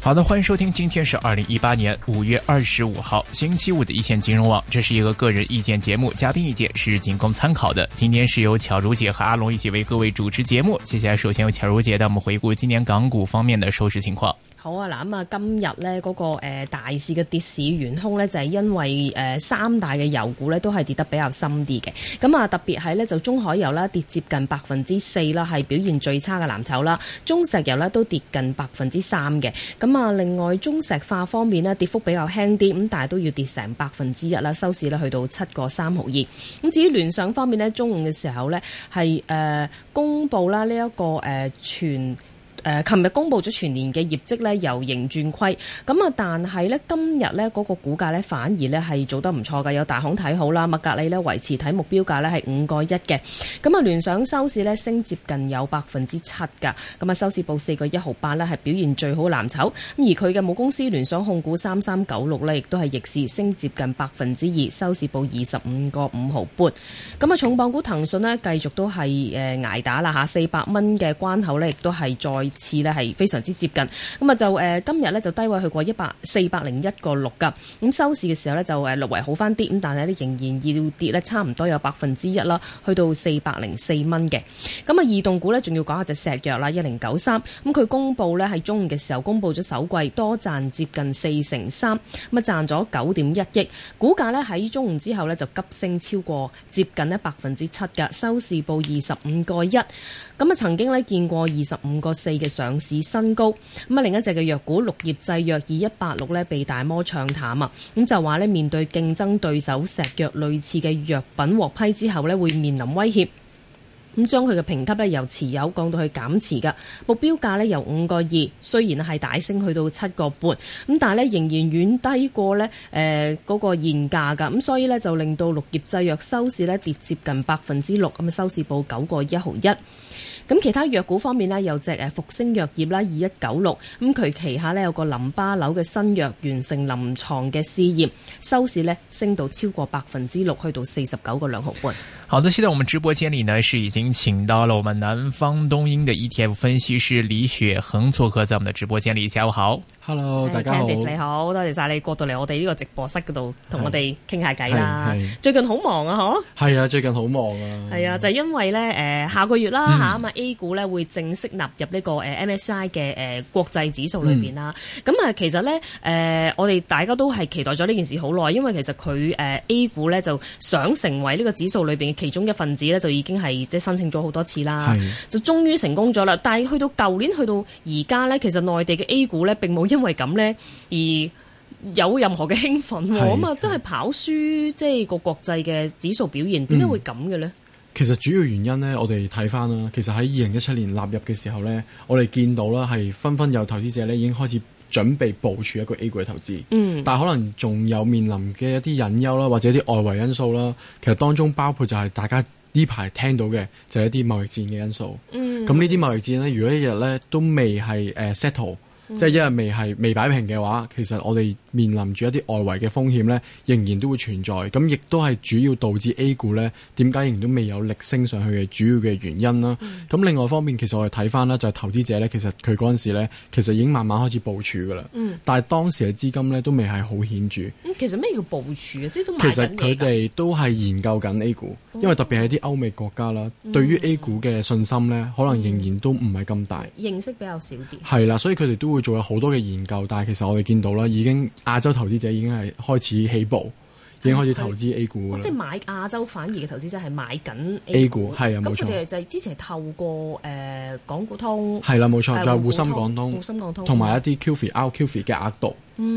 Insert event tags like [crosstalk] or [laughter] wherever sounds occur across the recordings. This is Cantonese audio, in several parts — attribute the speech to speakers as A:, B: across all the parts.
A: 好的，欢迎收听，今天是二零一八年五月二十五号，星期五的一线金融网，这是一个个人意见节目，嘉宾意见是仅供参考的。今天是由巧如姐和阿龙一起为各位主持节目。接下来，首先由巧如姐带我们回顾今年港股方面的收市情况。
B: 好啊，嗱咁啊，今日咧嗰個、呃、大市嘅跌市元兇咧，就係、因為誒、呃三大嘅油股咧都係跌得比較深啲嘅。咁啊，特別係咧就中海油啦，跌接近百分之四啦，係表現最差嘅藍籌啦。啊中石油咧都跌近百分之三嘅。咁啊，另外中石化方面呢，跌幅比較輕啲，咁但係都要跌成百分之一啦，收市咧去到七個三毫二。咁至於聯想方面呢，中午嘅時候呢，係誒、呃公布啦呢一個誒、呃全。誒，琴呃日公布咗全年嘅業績咧，由盈轉虧。咁啊，但係咧今日咧嗰個股價咧反而咧係做得唔錯嘅，有大行睇好啦。麥格里咧維持睇目標價咧係五個一嘅。咁啊，聯想收市咧升接近有百分之七㗎。咁啊，收市報四個一毫八咧係表現最好嘅藍籌。咁而佢嘅母公司聯想控股三三九六咧，亦都係逆市升接近百分之二，收市報二十五個五毫半。咁啊，重磅股騰訊呢，繼續都係誒捱打啦嚇，四百蚊嘅關口呢，亦都係再次呢，係非常之接近。咁啊就誒、呃今日呢，就低位去過一百四百零一個六㗎。咁收市嘅時候呢，就誒略為好翻啲，咁但係呢，仍然要跌呢，差唔多有百分之一啦，去到四百零四蚊嘅。咁啊，異動股呢，仲要講下隻石藥啦，一零九三。咁佢公布呢，係中午嘅時候公布咗首季多賺接近四成三，咁啊賺咗九點一億，股價呢，喺中午之後呢，就急升超過接近呢百分之七嘅，收市報二十五個一。咁啊，曾經呢見過二十五個四嘅上市新高。咁啊，另一隻嘅藥股綠葉製藥二一八六呢，被大摩唱淡啊。咁就話呢，面對競爭對手石藥類似嘅藥品獲批之後呢，會面臨威脅。咁將佢嘅評級咧由持有降到去減持嘅目標價咧由五個二，雖然係大升去到七個半，咁但係咧仍然遠低過咧誒嗰個現價㗎，咁所以咧就令到綠葉製藥收市咧跌接近百分之六，咁啊收市報九個一毫一。咁其他藥股方面呢，有隻呃誒復星藥業啦，二一九六，咁佢旗下呢，有個淋巴瘤嘅新藥完成臨床嘅試驗，收市呢升到超過百分之六，去到四十九個兩毫半。
A: 好的，现在我们直播间里呢是已经请到了我们南方东英的 ETF 分析师李雪恒做客在我们的直播间里，下午好。
C: Hello，大家好。
B: Candice 你好，多謝晒你過到嚟我哋呢個直播室嗰度同我哋傾下偈啦
C: 係係。
B: 最近好忙啊，嗬？
C: 係啊，最近好忙啊。
B: 係啊，就係因為咧，誒、下個月啦
C: 嗯
B: 嚇，咁啊、A 股咧會正式納入呢個誒 MSCI 嘅誒國際指數裏邊啦。
C: 嗯
B: 咁啊、其實咧，誒、我哋大家都係期待咗呢件事好耐，因為其實佢誒、A 股咧就想成為呢個指數裏邊嘅其中一份子咧，就已經係即係申請咗好多次啦，
C: 係
B: 就終於成功咗啦。但係去到舊年去到而家咧，其實內地嘅 A 股咧並冇因為咁咧而。有任何嘅興奮喎，
C: 係
B: 咁啊都係跑輸即係個國際嘅指數表現，
C: 嗯
B: 點解會咁嘅咧？
C: 其實主要原因呢，我哋睇翻啦。其實喺二零一七年納入嘅時候呢，我哋見到啦，係紛紛有投資者呢已經開始準備部署一個 A 股嘅投資。
B: 嗯
C: 但係可能仲有面臨嘅一啲隱憂啦，或者一啲外圍因素啦。其實當中包括就係大家呢排聽到嘅就係一啲貿易戰嘅因素。
B: 嗯
C: 咁呢啲貿易戰呢，如果一日呢都未係誒 settle，即係一日未係未擺平嘅話，其實我哋面臨住一啲外圍嘅風險呢，仍然都會存在。咁亦都係主要導致 A 股呢點解仍然都未有力升上去嘅主要嘅原因啦。
B: 嗯
C: 咁、另外方面，其實我哋睇翻啦，就係、投資者呢，其實佢嗰陣時呢，其實已經慢慢開始部署噶啦。
B: 嗯
C: 但係當時嘅資金呢，都未係好顯著。
B: 咁其實咩叫部署啊？即係都買
C: 其
B: 緊嘢
C: 實佢
B: 㗎。哦
C: 哋都係研究緊 A 股，因為特別係啲歐美國家啦，
B: 嗯
C: 對於 A 股嘅信心呢，可能仍然都唔係咁大。
B: 認識比較少啲。
C: 係啦，所以佢哋都會做有好多嘅研究，但係其實我哋見到啦，已經亞洲投資者已經係開始起步，已經開始投資 A 股
B: 哦
C: 㗎
B: 即係
C: 啦。
B: 買亞洲反而嘅投資者係買緊
C: A 股係啊冇
B: 咁
C: 錯
B: 佢哋就係之前係透過誒港股通
C: 係啦，
B: 係
C: 冇錯，就係滬深港通，
B: 滬深港通
C: 同埋一啲 QFII、RQFII 嘅額度，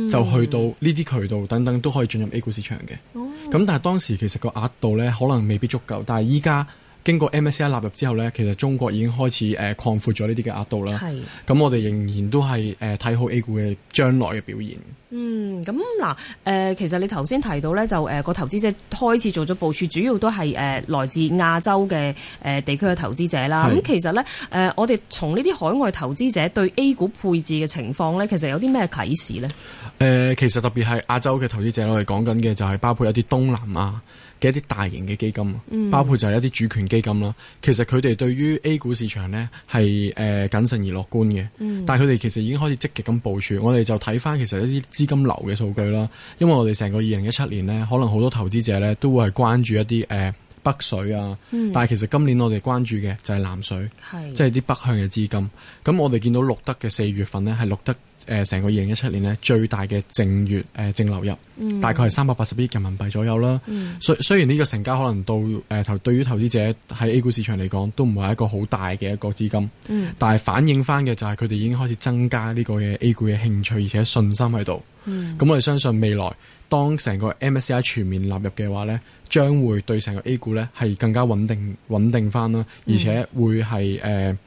C: 就去到呢啲渠道等等都可以進入 A 股市場嘅。咁但係當時其實個額度呢，可能未必足夠，但係依家經過 MSCI 納入之後呢，其實中國已經開始誒擴闊咗呢啲嘅額度啦。
B: 係。
C: 咁我哋仍然都係誒睇好 A 股嘅將來嘅表現。
B: 嗯，咁嗱，誒、呃其實你頭先提到咧，就誒個、投資者開始做咗部署，主要都係誒、呃來自亞洲嘅誒、呃地區嘅投資者啦。
C: 係
B: 咁其實咧，誒、我哋從呢啲海外投資者對 A 股配置嘅情況咧，其實有啲咩啟示咧？
C: 誒、誒、呃其實特別係亞洲嘅投資者，我哋講緊嘅就係包括一啲東南亞嘅一啲大型嘅基金，啊包括就係一啲主權基金啦。其實佢哋對於 A 股市場呢係誒謹慎而樂觀嘅，但係佢哋其實已經開始積極咁部署。我哋就睇翻其實一啲資金流嘅數據啦，因為我哋成個二零一七年呢，可能好多投資者呢都會係關注一啲誒、呃北水啊，但係其實今年我哋關注嘅就係南水。
B: 係
C: 即係啲北向嘅資金。咁我哋見到錄得嘅四月份呢，係錄得誒成、個二零一七年呢最大嘅淨月誒、呃淨流入，大概係三百八十億人民幣左右啦。雖雖然呢個成交可能到誒、呃、投對於投資者喺 A 股市場嚟講都唔係一個好大嘅一個資金，但係反映翻嘅就係佢哋已經開始增加呢個嘅 A 股嘅興趣，而且信心喺度。咁我哋相信未來當成個 MSCI 全面納入嘅話呢，將會對成個 A 股呢係更加穩定穩定翻啦，而且會係誒、呃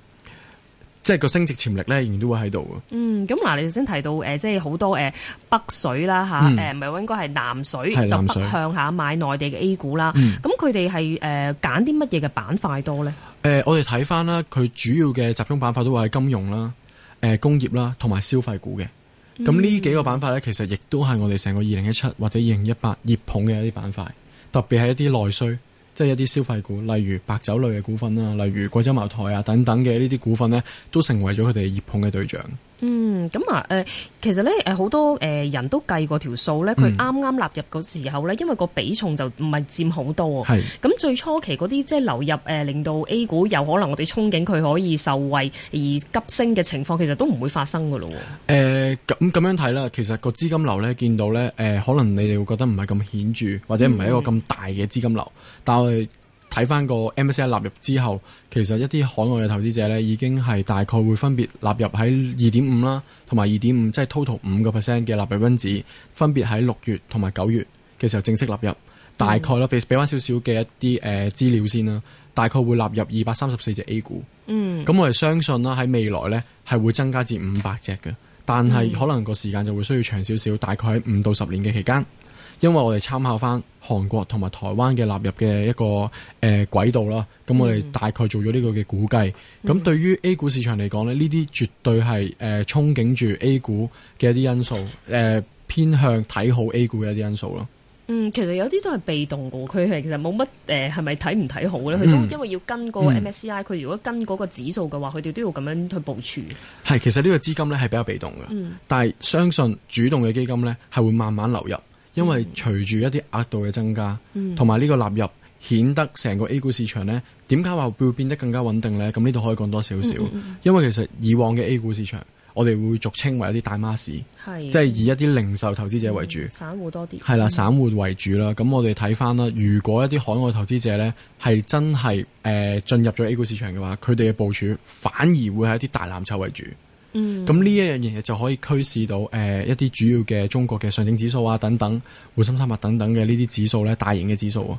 C: 即係個升值潛力呢，仍然都會喺度嘅。
B: 嗯，咁嗱，你頭先提到誒、呃即係好多誒、呃北水啦嚇，
C: 嗯
B: 誒唔係話應該係南水
C: 係
B: 就
C: 南水嗯
B: 北向下買內地嘅 A 股啦。咁佢哋係誒揀啲乜嘢嘅板塊多咧？
C: 誒、呃我哋睇翻啦，佢主要嘅集中板塊都會係金融啦、誒、工業啦，同埋消費股嘅。咁呢、幾個板塊呢，其實亦都係我哋成個二零一七或者二零一八熱捧嘅一啲板塊，特別係一啲內需，即係一啲消費股，例如白酒類嘅股份啦，例如貴州茅台啊等等嘅呢啲股份呢，都成為咗佢哋熱捧嘅對象。
B: 嗯，咁啊誒，其實咧誒好多誒人都計過條數咧，佢
C: 嗯
B: 啱啱納入嗰時候咧，因為個比重就唔係佔好多啊。
C: 係
B: 咁最初期嗰啲即係流入誒、呃令到 A 股有可能我哋憧憬佢可以受惠而急升嘅情況，其實都唔會發生噶咯喎。
C: 誒呃咁咁樣睇啦，其實個資金流呢，見到呢，誒、呃可能你哋會覺得唔係咁顯著，或者唔係一個咁大嘅資金流，但係我哋睇翻個 MSCI 納入之後，其實一啲海外嘅投資者呢，已經係大概會分別納入喺二點五啦，同埋二點五，即係 total 五個 percent 嘅納入因子，分別喺六月同埋九月嘅時候正式納入。大概啦，俾俾翻少少嘅一啲誒、呃、資料先啦，大概會納入二百三十四隻 A 股。嗯，咁我哋相信啦，喺未來呢係會增加至五百隻嘅，但係可能個時間就會需要長少少，大概喺五到十年嘅期間。因為我哋參考翻韓國同埋台灣嘅納入嘅一個誒、呃、軌道啦，咁我哋大概做咗呢個嘅估計。咁、對於 A 股市場嚟講呢，呢啲絕對係誒、呃憧憬住 A 股嘅一啲因素，誒、偏向睇好 A 股嘅一啲因素咯。
B: 嗯，其實有啲都係被動嘅喎，佢係其實冇乜誒，係咪睇唔睇好咧？
C: 嗯
B: 佢都因為要跟嗰個 MSCI，佢、如果跟嗰個指數嘅話，佢哋都要咁樣去部署。
C: 係，其實呢個資金咧係比較被動嘅，但係相信主動嘅基金咧係會慢慢流入，因為隨住一啲額度嘅增加，同埋呢個納入，顯得成個 A 股市場咧點解話會變得更加穩定呢？咁呢度可以講多少少，因為其實以往嘅 A 股市場，我哋會俗稱為一啲大媽市，
B: 係
C: 即係以一啲零售投資者為主。
B: 散戶多啲。
C: 係啦，散戶為主啦。咁我哋睇翻啦，如果一啲海外投資者呢係真係誒、呃、進入咗 A 股市場嘅話，佢哋嘅部署反而會係一啲大藍籌為主。嗯，咁呢一樣嘢就可以驅使到誒、呃一啲主要嘅中國嘅上證指數啊等等、滬深三百等等嘅呢啲指數呢，大型嘅指數啊，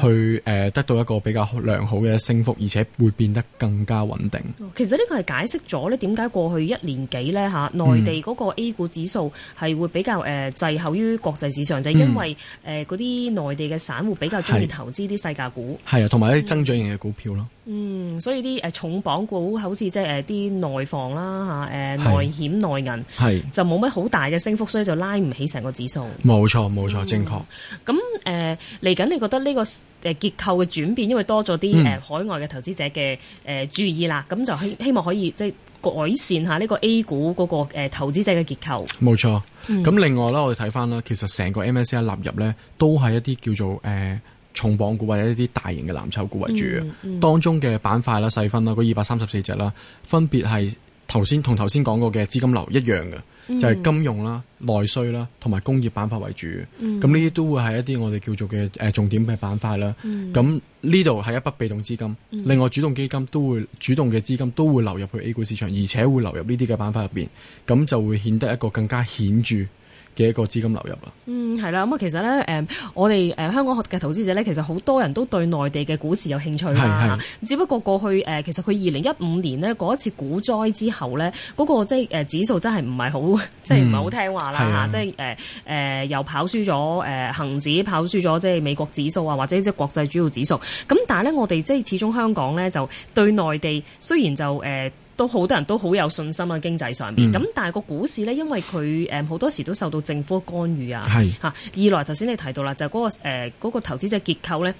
C: 去誒、呃得到一個比較良好嘅升幅，而且會變得更加穩定。
B: 其實呢個係解釋咗咧點解過去一年幾咧嚇，內
C: 嗯
B: 地嗰個 A 股指數係會比較誒、呃滯後於國際市場，就係、因為誒嗰啲內地嘅散戶比較中意
C: 嗯係
B: 投資啲細價股，
C: 係啊，同埋一啲增長型嘅股票咯。
B: 嗯，所以啲誒重磅股好似即係誒呃啲內房啦嚇，誒、呃內
C: 係
B: 險內銀
C: 係
B: 就冇乜好大嘅升幅，所以就拉唔起成個指數。
C: 冇錯冇錯，正確。
B: 咁誒嚟緊，你覺得呢個誒呃結構嘅轉變，因為多咗啲誒
C: 嗯
B: 海外嘅投資者嘅誒注意啦，咁就希希望可以即係改善下呢個 A 股嗰個誒投資者嘅結構。
C: 冇錯，咁、另外啦，我哋睇翻啦，其實成個 MSCI 納入呢，都係一啲叫做誒、呃重磅股或者一啲大型嘅藍籌股為主嘅。當中嘅板塊啦、細分啦，嗰二百三十四隻啦，分別係頭先同頭先講過嘅資金流一樣嘅，就係、金融啦、內需啦同埋工業板塊為主嘅。咁呢啲都會係一啲我哋叫做嘅誒、呃重點嘅板塊啦。咁呢度係一筆被動資金，另外主動基金都會主動嘅資金都會流入去 A 股市場，而且會流入呢啲嘅板塊入邊，咁就會顯得一個更加顯著嘅一個資金流入啦。
B: 嗯，係啦，咁啊，其實咧，誒、我哋誒、香港嘅投資者咧，其實好多人都對內地嘅股市有興趣啦。只不過過去誒、其實佢二零一五年呢嗰一次股災之後咧，嗰、個即係誒指數真係唔係好， [laughs] 即係唔係好聽話啦
C: 係
B: 嚇，
C: 啊
B: 即係誒誒又跑輸咗誒恒指，跑輸咗即係美國指數啊，或者即係國際主要指數。咁但係咧，我哋即係始終香港咧就對內地雖然就誒。都好多人都好有信心啊經濟上
C: 嗯
B: 面。咁、但係個股市呢，因為佢誒好多時都受到政府嘅干預啊，
C: 係
B: 嚇。二來頭先你提到啦，就係嗰、個誒嗰、個投資者結構呢。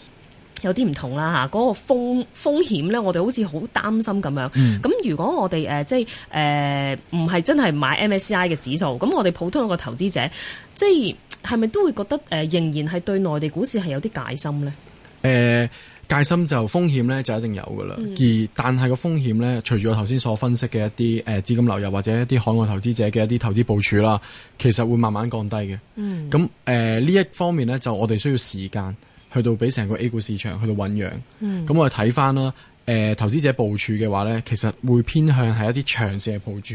B: 有啲唔同啦嚇，嗰、個風風險咧，我哋好似好擔心咁樣。咁、如果我哋誒、呃即係誒唔係真係買 MSCI 嘅指數，咁我哋普通一個投資者，即係係咪都會覺得誒、呃仍然係對內地股市係有啲戒心呢？
C: 誒、戒心就風險咧就一定有噶啦，而但係個風險咧，隨住我頭先所分析嘅一啲誒資金流入或者一啲海外投資者嘅一啲投資部署啦，其實會慢慢降低嘅。咁誒呢一方面咧，就我哋需要時間去到俾成個 A 股市場去到醖釀。咁、我哋睇翻啦，誒、投資者部署嘅話咧，其實會偏向係一啲長線嘅部署，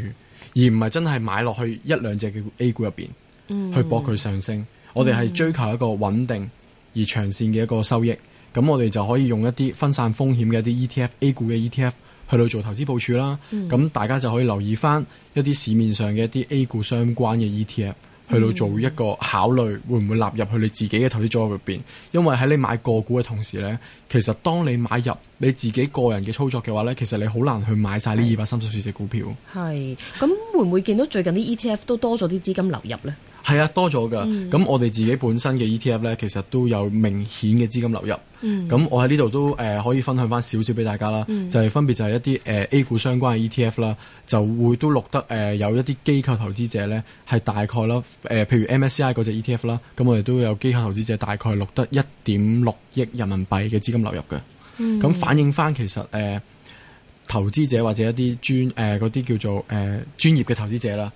C: 而唔係真係買落去一兩隻嘅 A 股入邊、去搏佢上升。我哋係追求一個穩定。而長線嘅一個收益。咁我哋就可以用一啲分散風險嘅一啲 ETF、A 股嘅 ETF 去到做投資部署啦。咁、大家就可以留意翻一啲市面上嘅一啲 A 股相關嘅 ETF。去到做一個考慮，會唔會納入去你自己嘅投資組合入邊？因為喺你買個股嘅同時呢，其實當你買入你自己個人嘅操作嘅話呢，其實你好難去買晒呢二百三十四隻股票。
B: 係，咁會唔會見到最近啲 ETF 都多咗啲資金流入呢？
C: 係啊，多咗噶。咁、我哋自己本身嘅 ETF 呢，其實都有明顯嘅資金流入。咁、我喺呢度都誒、呃可以分享翻少少俾大家啦，就係分別就係一啲誒、呃 A 股相關嘅 ETF 啦，就會都錄得誒、呃有一啲機構投資者呢，係大概啦誒、呃譬如 MSCI 嗰只 ETF 啦，咁我哋都有機構投資者大概錄得一點六億人民幣嘅資金流入嘅。咁、反映翻其實誒。呃投資者或者一啲專誒嗰啲叫做誒、呃、專業嘅投資者啦，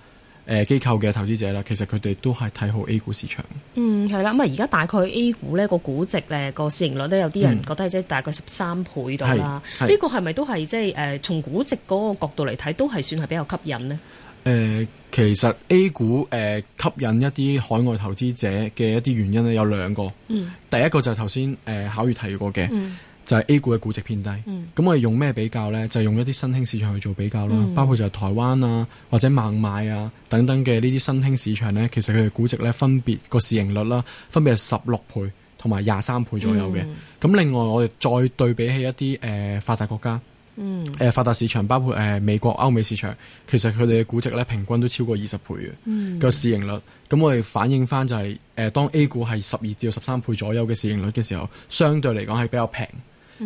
C: 誒、機構嘅投資者啦，其實佢哋都係睇好 A 股市場。
B: 嗯，係啦，咁啊，而家大概 A 股呢個估值呢個市盈率呢，有啲人覺得係即係大概十三倍度啦。
C: 嗯係係
B: 呢個係咪都係即係誒從估值嗰個角度嚟睇，都係算係比較吸引呢？
C: 誒、呃其實 A 股誒、呃吸引一啲海外投資者嘅一啲原因咧有兩個。
B: 嗯
C: 第一個就係頭先誒考月提過嘅，
B: 嗯
C: 就係 A 股嘅估值偏低。咁、
B: 嗯
C: 我哋用咩比較呢？就係用一啲新興市場去做比較啦，
B: 嗯
C: 包括就係台灣啊或者孟買啊等等嘅呢啲新興市場呢，其實佢哋估值呢，分別個市盈率啦，分別係十六倍同埋廿三倍左右嘅。
B: 嗯
C: 咁、另外我哋再對比起一啲誒、呃發達國家。
B: 嗯
C: 誒、發呃達市場包括誒、呃美國、歐美市場，其實佢哋嘅估值咧平均都超過二十倍嘅個、市盈率。咁我哋反映翻就係、誒、當 A 股係十二至十三倍左右嘅市盈率嘅時候，相對嚟講係比較平。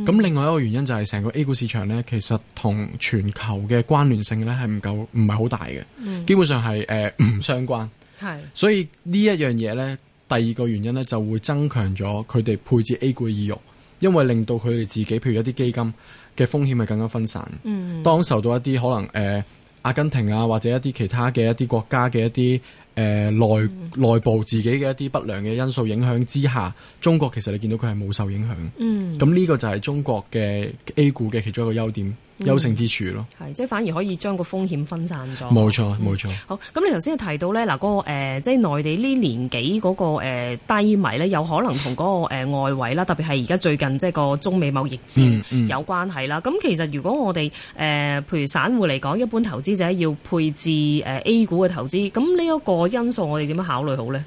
C: 咁、另外一個原因就係成個 A 股市場呢，其實同全球嘅關聯性呢係唔夠，唔係好大嘅，基本上係誒唔相關。
B: 係。
C: 所以呢一樣嘢呢，第二個原因呢，就會增強咗佢哋配置 A 股嘅意欲，因為令到佢哋自己譬如一啲基金嘅風險係更加分散。嗯、當受到一啲可能誒、呃阿根廷啊，或者一啲其他嘅一啲國家嘅一啲誒、呃、內內部自己嘅一啲不良嘅因素影響之下，中國其實你見到佢係冇受影響。
B: 嗯，
C: 咁呢、個就係中國嘅 A 股嘅其中一個優點、優勝之處咯。
B: 係，即係反而可以將個風險分散咗。
C: 冇錯，冇錯。
B: 好，咁你頭先提到咧，嗱、嗰個、呃、即係內地呢年紀嗰、個、呃、低迷咧，有可能同嗰、個、呃、外圍啦，特別係而家最近即係個中美貿易
C: 嗯
B: 戰
C: 嗯
B: 有關係啦。咁、其實如果我哋誒、呃譬如散户嚟講，一般投資者要配置誒、呃 A 股嘅投資，咁呢一個因素我哋點樣考慮好咧？
C: 誒、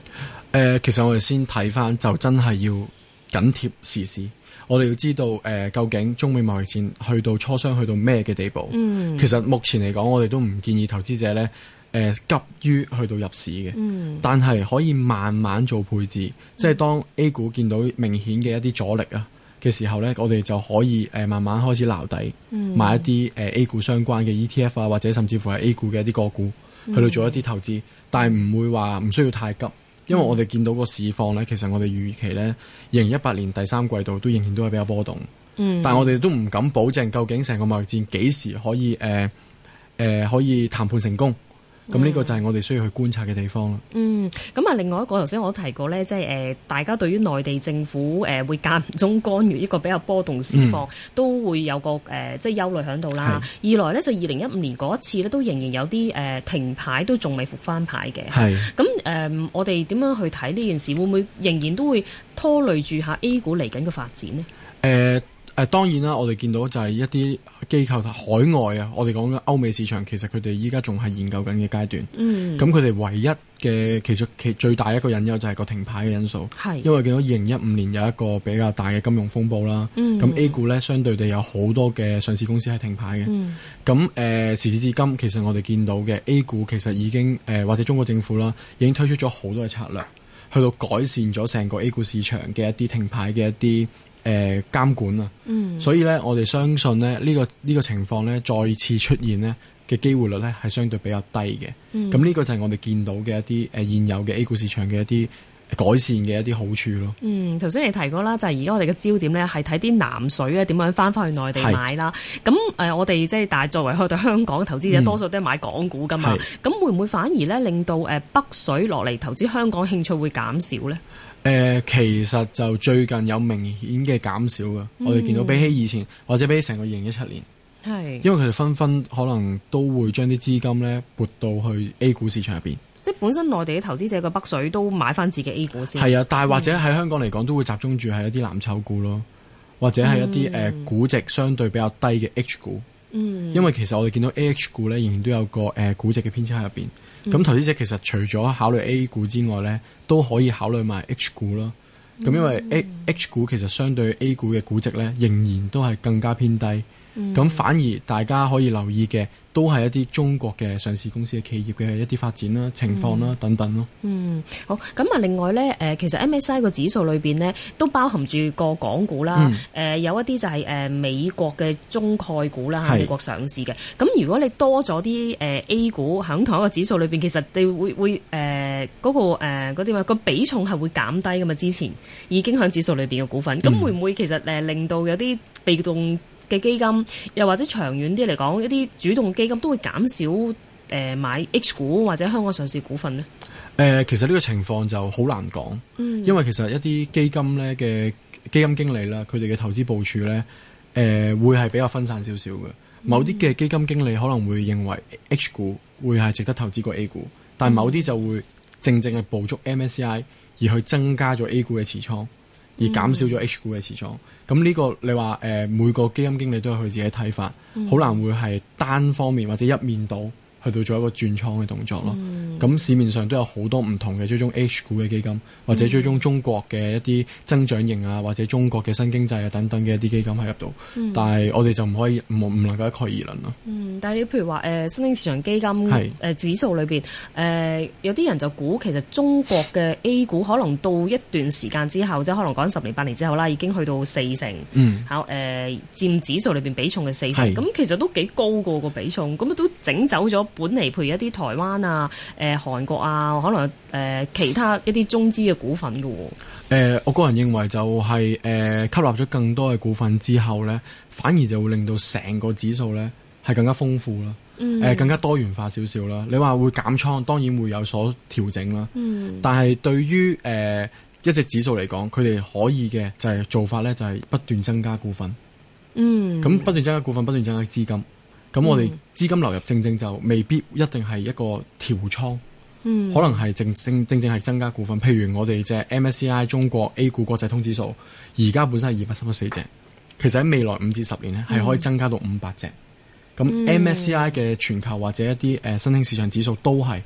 C: 呃其實我哋先睇翻，就真係要緊貼時事。我哋要知道誒、究竟中美貿易戰去到磋商去到咩嘅地步？嗯、其實目前嚟講，我哋都唔建議投資者呢誒、急於去到入市嘅。嗯、但係可以慢慢做配置，即係當 A 股見到明顯嘅一啲阻力啊嘅時候呢，我哋就可以誒、慢慢開始撈底，買一啲誒、A 呃股相關嘅 ETF 啊，或者甚至乎係 A 股嘅一啲個股，去到做一啲投資，但係唔會話唔需要太急。因為我哋見到個市況呢，其實我哋預期呢，二零一八年第三季度都仍然都係比較波動。嗯、但係我哋都唔敢保證究竟成個貿易戰幾時可以誒誒、呃呃可以談判成功。咁呢個就係我哋需要去觀察嘅地方啦。
B: 嗯，咁啊，另外一個頭先我都提過咧，即係誒、呃大家對於內地政府誒、呃、會間唔中干預一個比較波動市況，嗯都會有個誒、呃即係憂慮喺度啦。二來咧就二零一五年嗰一次咧，都仍然有啲誒、呃停牌都仲未復翻牌嘅。
C: 係
B: 咁誒、呃我哋點樣去睇呢件事？會唔會仍然都會拖累住下 A 股嚟緊嘅發展呢？
C: 誒誒、誒呃當然啦，我哋見到就係一啲機構海外啊，我哋講緊歐美市場，其實佢哋依家仲係研究緊嘅階段。嗯，咁佢哋唯一嘅其實其最大一個隱憂就係個停牌嘅因素，
B: 係
C: 因為見到二零一五年有一個比較大嘅金融風暴啦。咁、A 股咧相對地有好多嘅上市公司係停牌嘅。咁誒、呃時至至今，其實我哋見到嘅 A 股其實已經誒、呃或者中國政府啦，已經推出咗好多嘅策略。去到改善咗成個 A 股市場嘅一啲停牌嘅一啲誒、呃、監管啊，所以咧我哋相信咧呢、呢個呢、個情況咧再次出現咧嘅機會率咧係相對比較低嘅，咁呢、個就係我哋見到嘅一啲誒、呃、現有嘅 A 股市場嘅一啲改善嘅一啲好處咯。
B: 嗯，頭先你提過啦，就係而家我哋嘅焦點咧，係睇啲南水咧點樣翻翻去內地買啦。咁誒、呃我哋即係但係作為去到香港嘅投資者，
C: 嗯
B: 多數都係買港股噶嘛
C: 係。
B: 咁會唔會反而咧令到誒北水落嚟投資香港興趣會減少咧？
C: 誒、呃其實就最近有明顯嘅減少嘅，我哋見到比起以前或者比起成個二零一七年。
B: 係，
C: 因為佢哋紛紛可能都會將啲資金咧撥到去 A 股市場入邊，
B: 即係本身內地嘅投資者個北水都買翻自己 A 股先。
C: 係啊，但係或者喺香港嚟講，都會集中住係一啲藍籌股咯，或者係一啲誒、呃估值相對比較低嘅 H 股。嗯，因為其實我哋見到 A H 股咧，仍然都有個誒、呃估值嘅偏差喺入邊。咁投資者其實除咗考慮 A 股之外咧，都可以考慮埋 H 股咯。咁因為 A H 股其實相對 A 股嘅估值咧，仍然都係更加偏低。咁、反而大家可以留意嘅，都係一啲中國嘅上市公司嘅企業嘅一啲發展啦、情況啦、等等咯。
B: 好，咁啊，另外咧，誒，其實 MSCI 個指數裏邊咧，都包含住個港股啦，誒、有一啲就係誒美國嘅中概股啦，
C: 係
B: 喺美國上市嘅。咁如果你多咗啲誒 A 股喺同一個指數裏邊，其實你會會呃誒嗰、個誒嗰啲咩個比重係會減低噶嘛？之前已經喺指數裏邊嘅股份，咁會唔會其實誒令到有啲被動嘅基金，又或者長遠啲嚟講，一啲主動基金都會減少誒、買 H 股或者香港上市股份呢？
C: 誒、呃其實呢個情況就好難講，因為其實一啲基金咧嘅基金經理啦，佢哋嘅投資部署咧，誒、會係比較分散少少嘅。某啲嘅基金經理可能會認為 H 股會係值得投資過 A 股，但某啲就會正正係捕捉 MSCI 而去增加咗 A 股嘅持倉，而減少咗 H 股嘅持倉。咁呢、個你話誒、呃每個基金經理都有佢自己嘅睇法，好、難會係單方面或者一面倒去到做一個轉倉嘅動作咯。咁、市面上都有好多唔同嘅追蹤 H 股嘅基金，或者追蹤中國嘅一啲增長型啊，或者中國嘅新經濟啊等等嘅一啲基金喺入度。但係我哋就唔可以唔唔能夠一概而論咯。
B: 嗯，但係你譬如話誒、呃新興市場基金誒
C: 係、
B: 呃指數裏邊誒有啲人就估其實中國嘅 A 股可能到一段時間之後，即係可能講十年八年之後啦，已經去到四成，
C: 嗯，
B: 考誒、呃、佔指數裏邊比重嘅四成，
C: 係
B: 咁其實都幾高過個比重，咁都整走咗本嚟譬如一啲台灣啊、誒、呃、韓國啊，可能誒、呃其他一啲中資嘅股份嘅喎。
C: 誒、呃我個人認為就係、誒、吸納咗更多嘅股份之後呢，反而就會令到成個指數呢係更加豐富啦，誒、呃更加多元化少少啦。你話會減倉，當然會有所調整啦。但係對於誒、一隻指數嚟講，佢哋可以嘅就係做法呢，就係不斷增加股份。
B: 嗯，
C: 咁不斷增加股份，不斷增加資金。咁我哋資金流入正正就未必一定係一個調倉，可能係正正正正係增加股份。譬如我哋隻 MSCI 中國 A 股國際通指數，而家本身係二百三十四隻，其實喺未來五至十年呢，係可以增加到五百隻。咁 MSCI 嘅全球或者一啲誒、呃新興市場指數都係，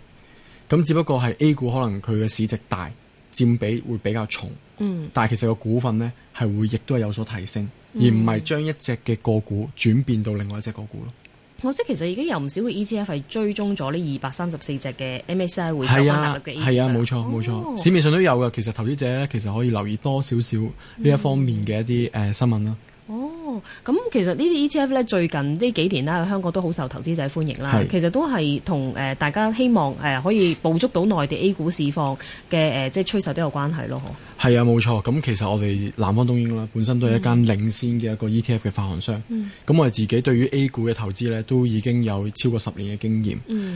C: 咁只不過係 A 股可能佢嘅市值大，佔比會比較重。
B: 嗯，
C: 但係其實個股份呢，係會亦都係有所提升，而唔係將一隻嘅個股轉變到另外一隻個股咯。
B: 我即係其實已經有唔少嘅 ETF 係追蹤咗呢二百三十四隻嘅 MSCI 會走翻
C: 係
B: 納
C: 啊
B: 入，嘅 A 股
C: 係啊，
B: 㗎啦
C: 冇錯冇
B: 哦
C: 錯，市面上都有嘅。其實投資者呢，其實可以留意多少少呢一方面嘅一
B: 嗯
C: 啲誒、呃新聞啦。
B: 哦，咁其實呢啲 ETF 咧，最近呢幾年啦，香港都好受投資者歡迎啦。
C: 係
B: 其實都係同誒大家希望誒、呃可以捕捉到內地 A 股市況嘅誒呃即係趨勢都有關係咯。嗬
C: 係啊，冇錯。咁其實我哋南方東英啦，本身都係一間領先嘅一個 ETF 嘅發行商。咁、
B: 嗯
C: 我哋自己對於 A 股嘅投資呢，都已經有超過十年嘅經驗。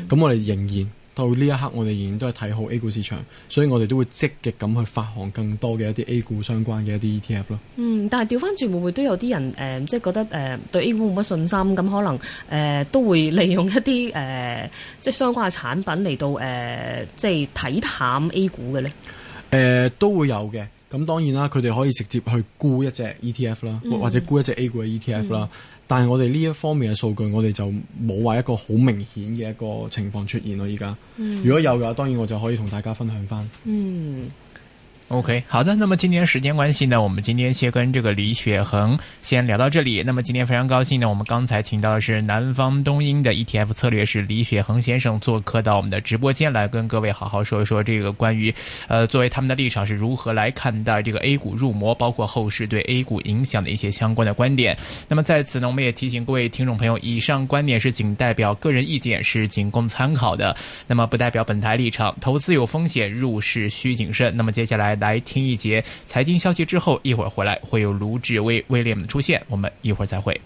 C: 咁、我哋仍然到呢一刻，我哋仍然都係睇好 A 股市場，所以我哋都會積極咁去發行更多嘅一啲 A 股相關嘅一啲 ETF 咯。
B: 嗯，但係調翻轉會唔會都有啲人誒、呃即係覺得誒、呃、對 A 股冇乜信心，咁可能誒、呃都會利用一啲誒、呃即係相關嘅產品嚟到誒、呃即係睇淡 A 股嘅咧？
C: 誒、都會有嘅，咁當然啦，佢哋可以直接去沽一隻 ETF 啦，或者沽一隻 A 股嘅 ETF 啦。但係我哋呢一方面嘅數據，我哋就冇話一個好明顯嘅一個情況出現咯。而家如果有嘅話，當然我就可以同大家分享翻。
A: OK，好的，那么今天时间关系呢，我们今天先跟这个李雪恒先聊到这里。那么今天非常高兴呢，我们刚才请到的是南方东英的 ETF 策略师李雪恒先生做客到我们的直播间来跟各位好好说一说这个关于呃作为他们的立场是如何来看待这个 A 股入魔，包括后市对 A 股影响的一些相关的观点。那么在此呢，我们也提醒各位听众朋友，以上观点是仅代表个人意见，是仅供参考的，那么不代表本台立场。投资有风险，入市需谨慎。那么接下来来听一节财经消息之后，一会儿回来会有卢志威 William 的出现，我们一会儿再会。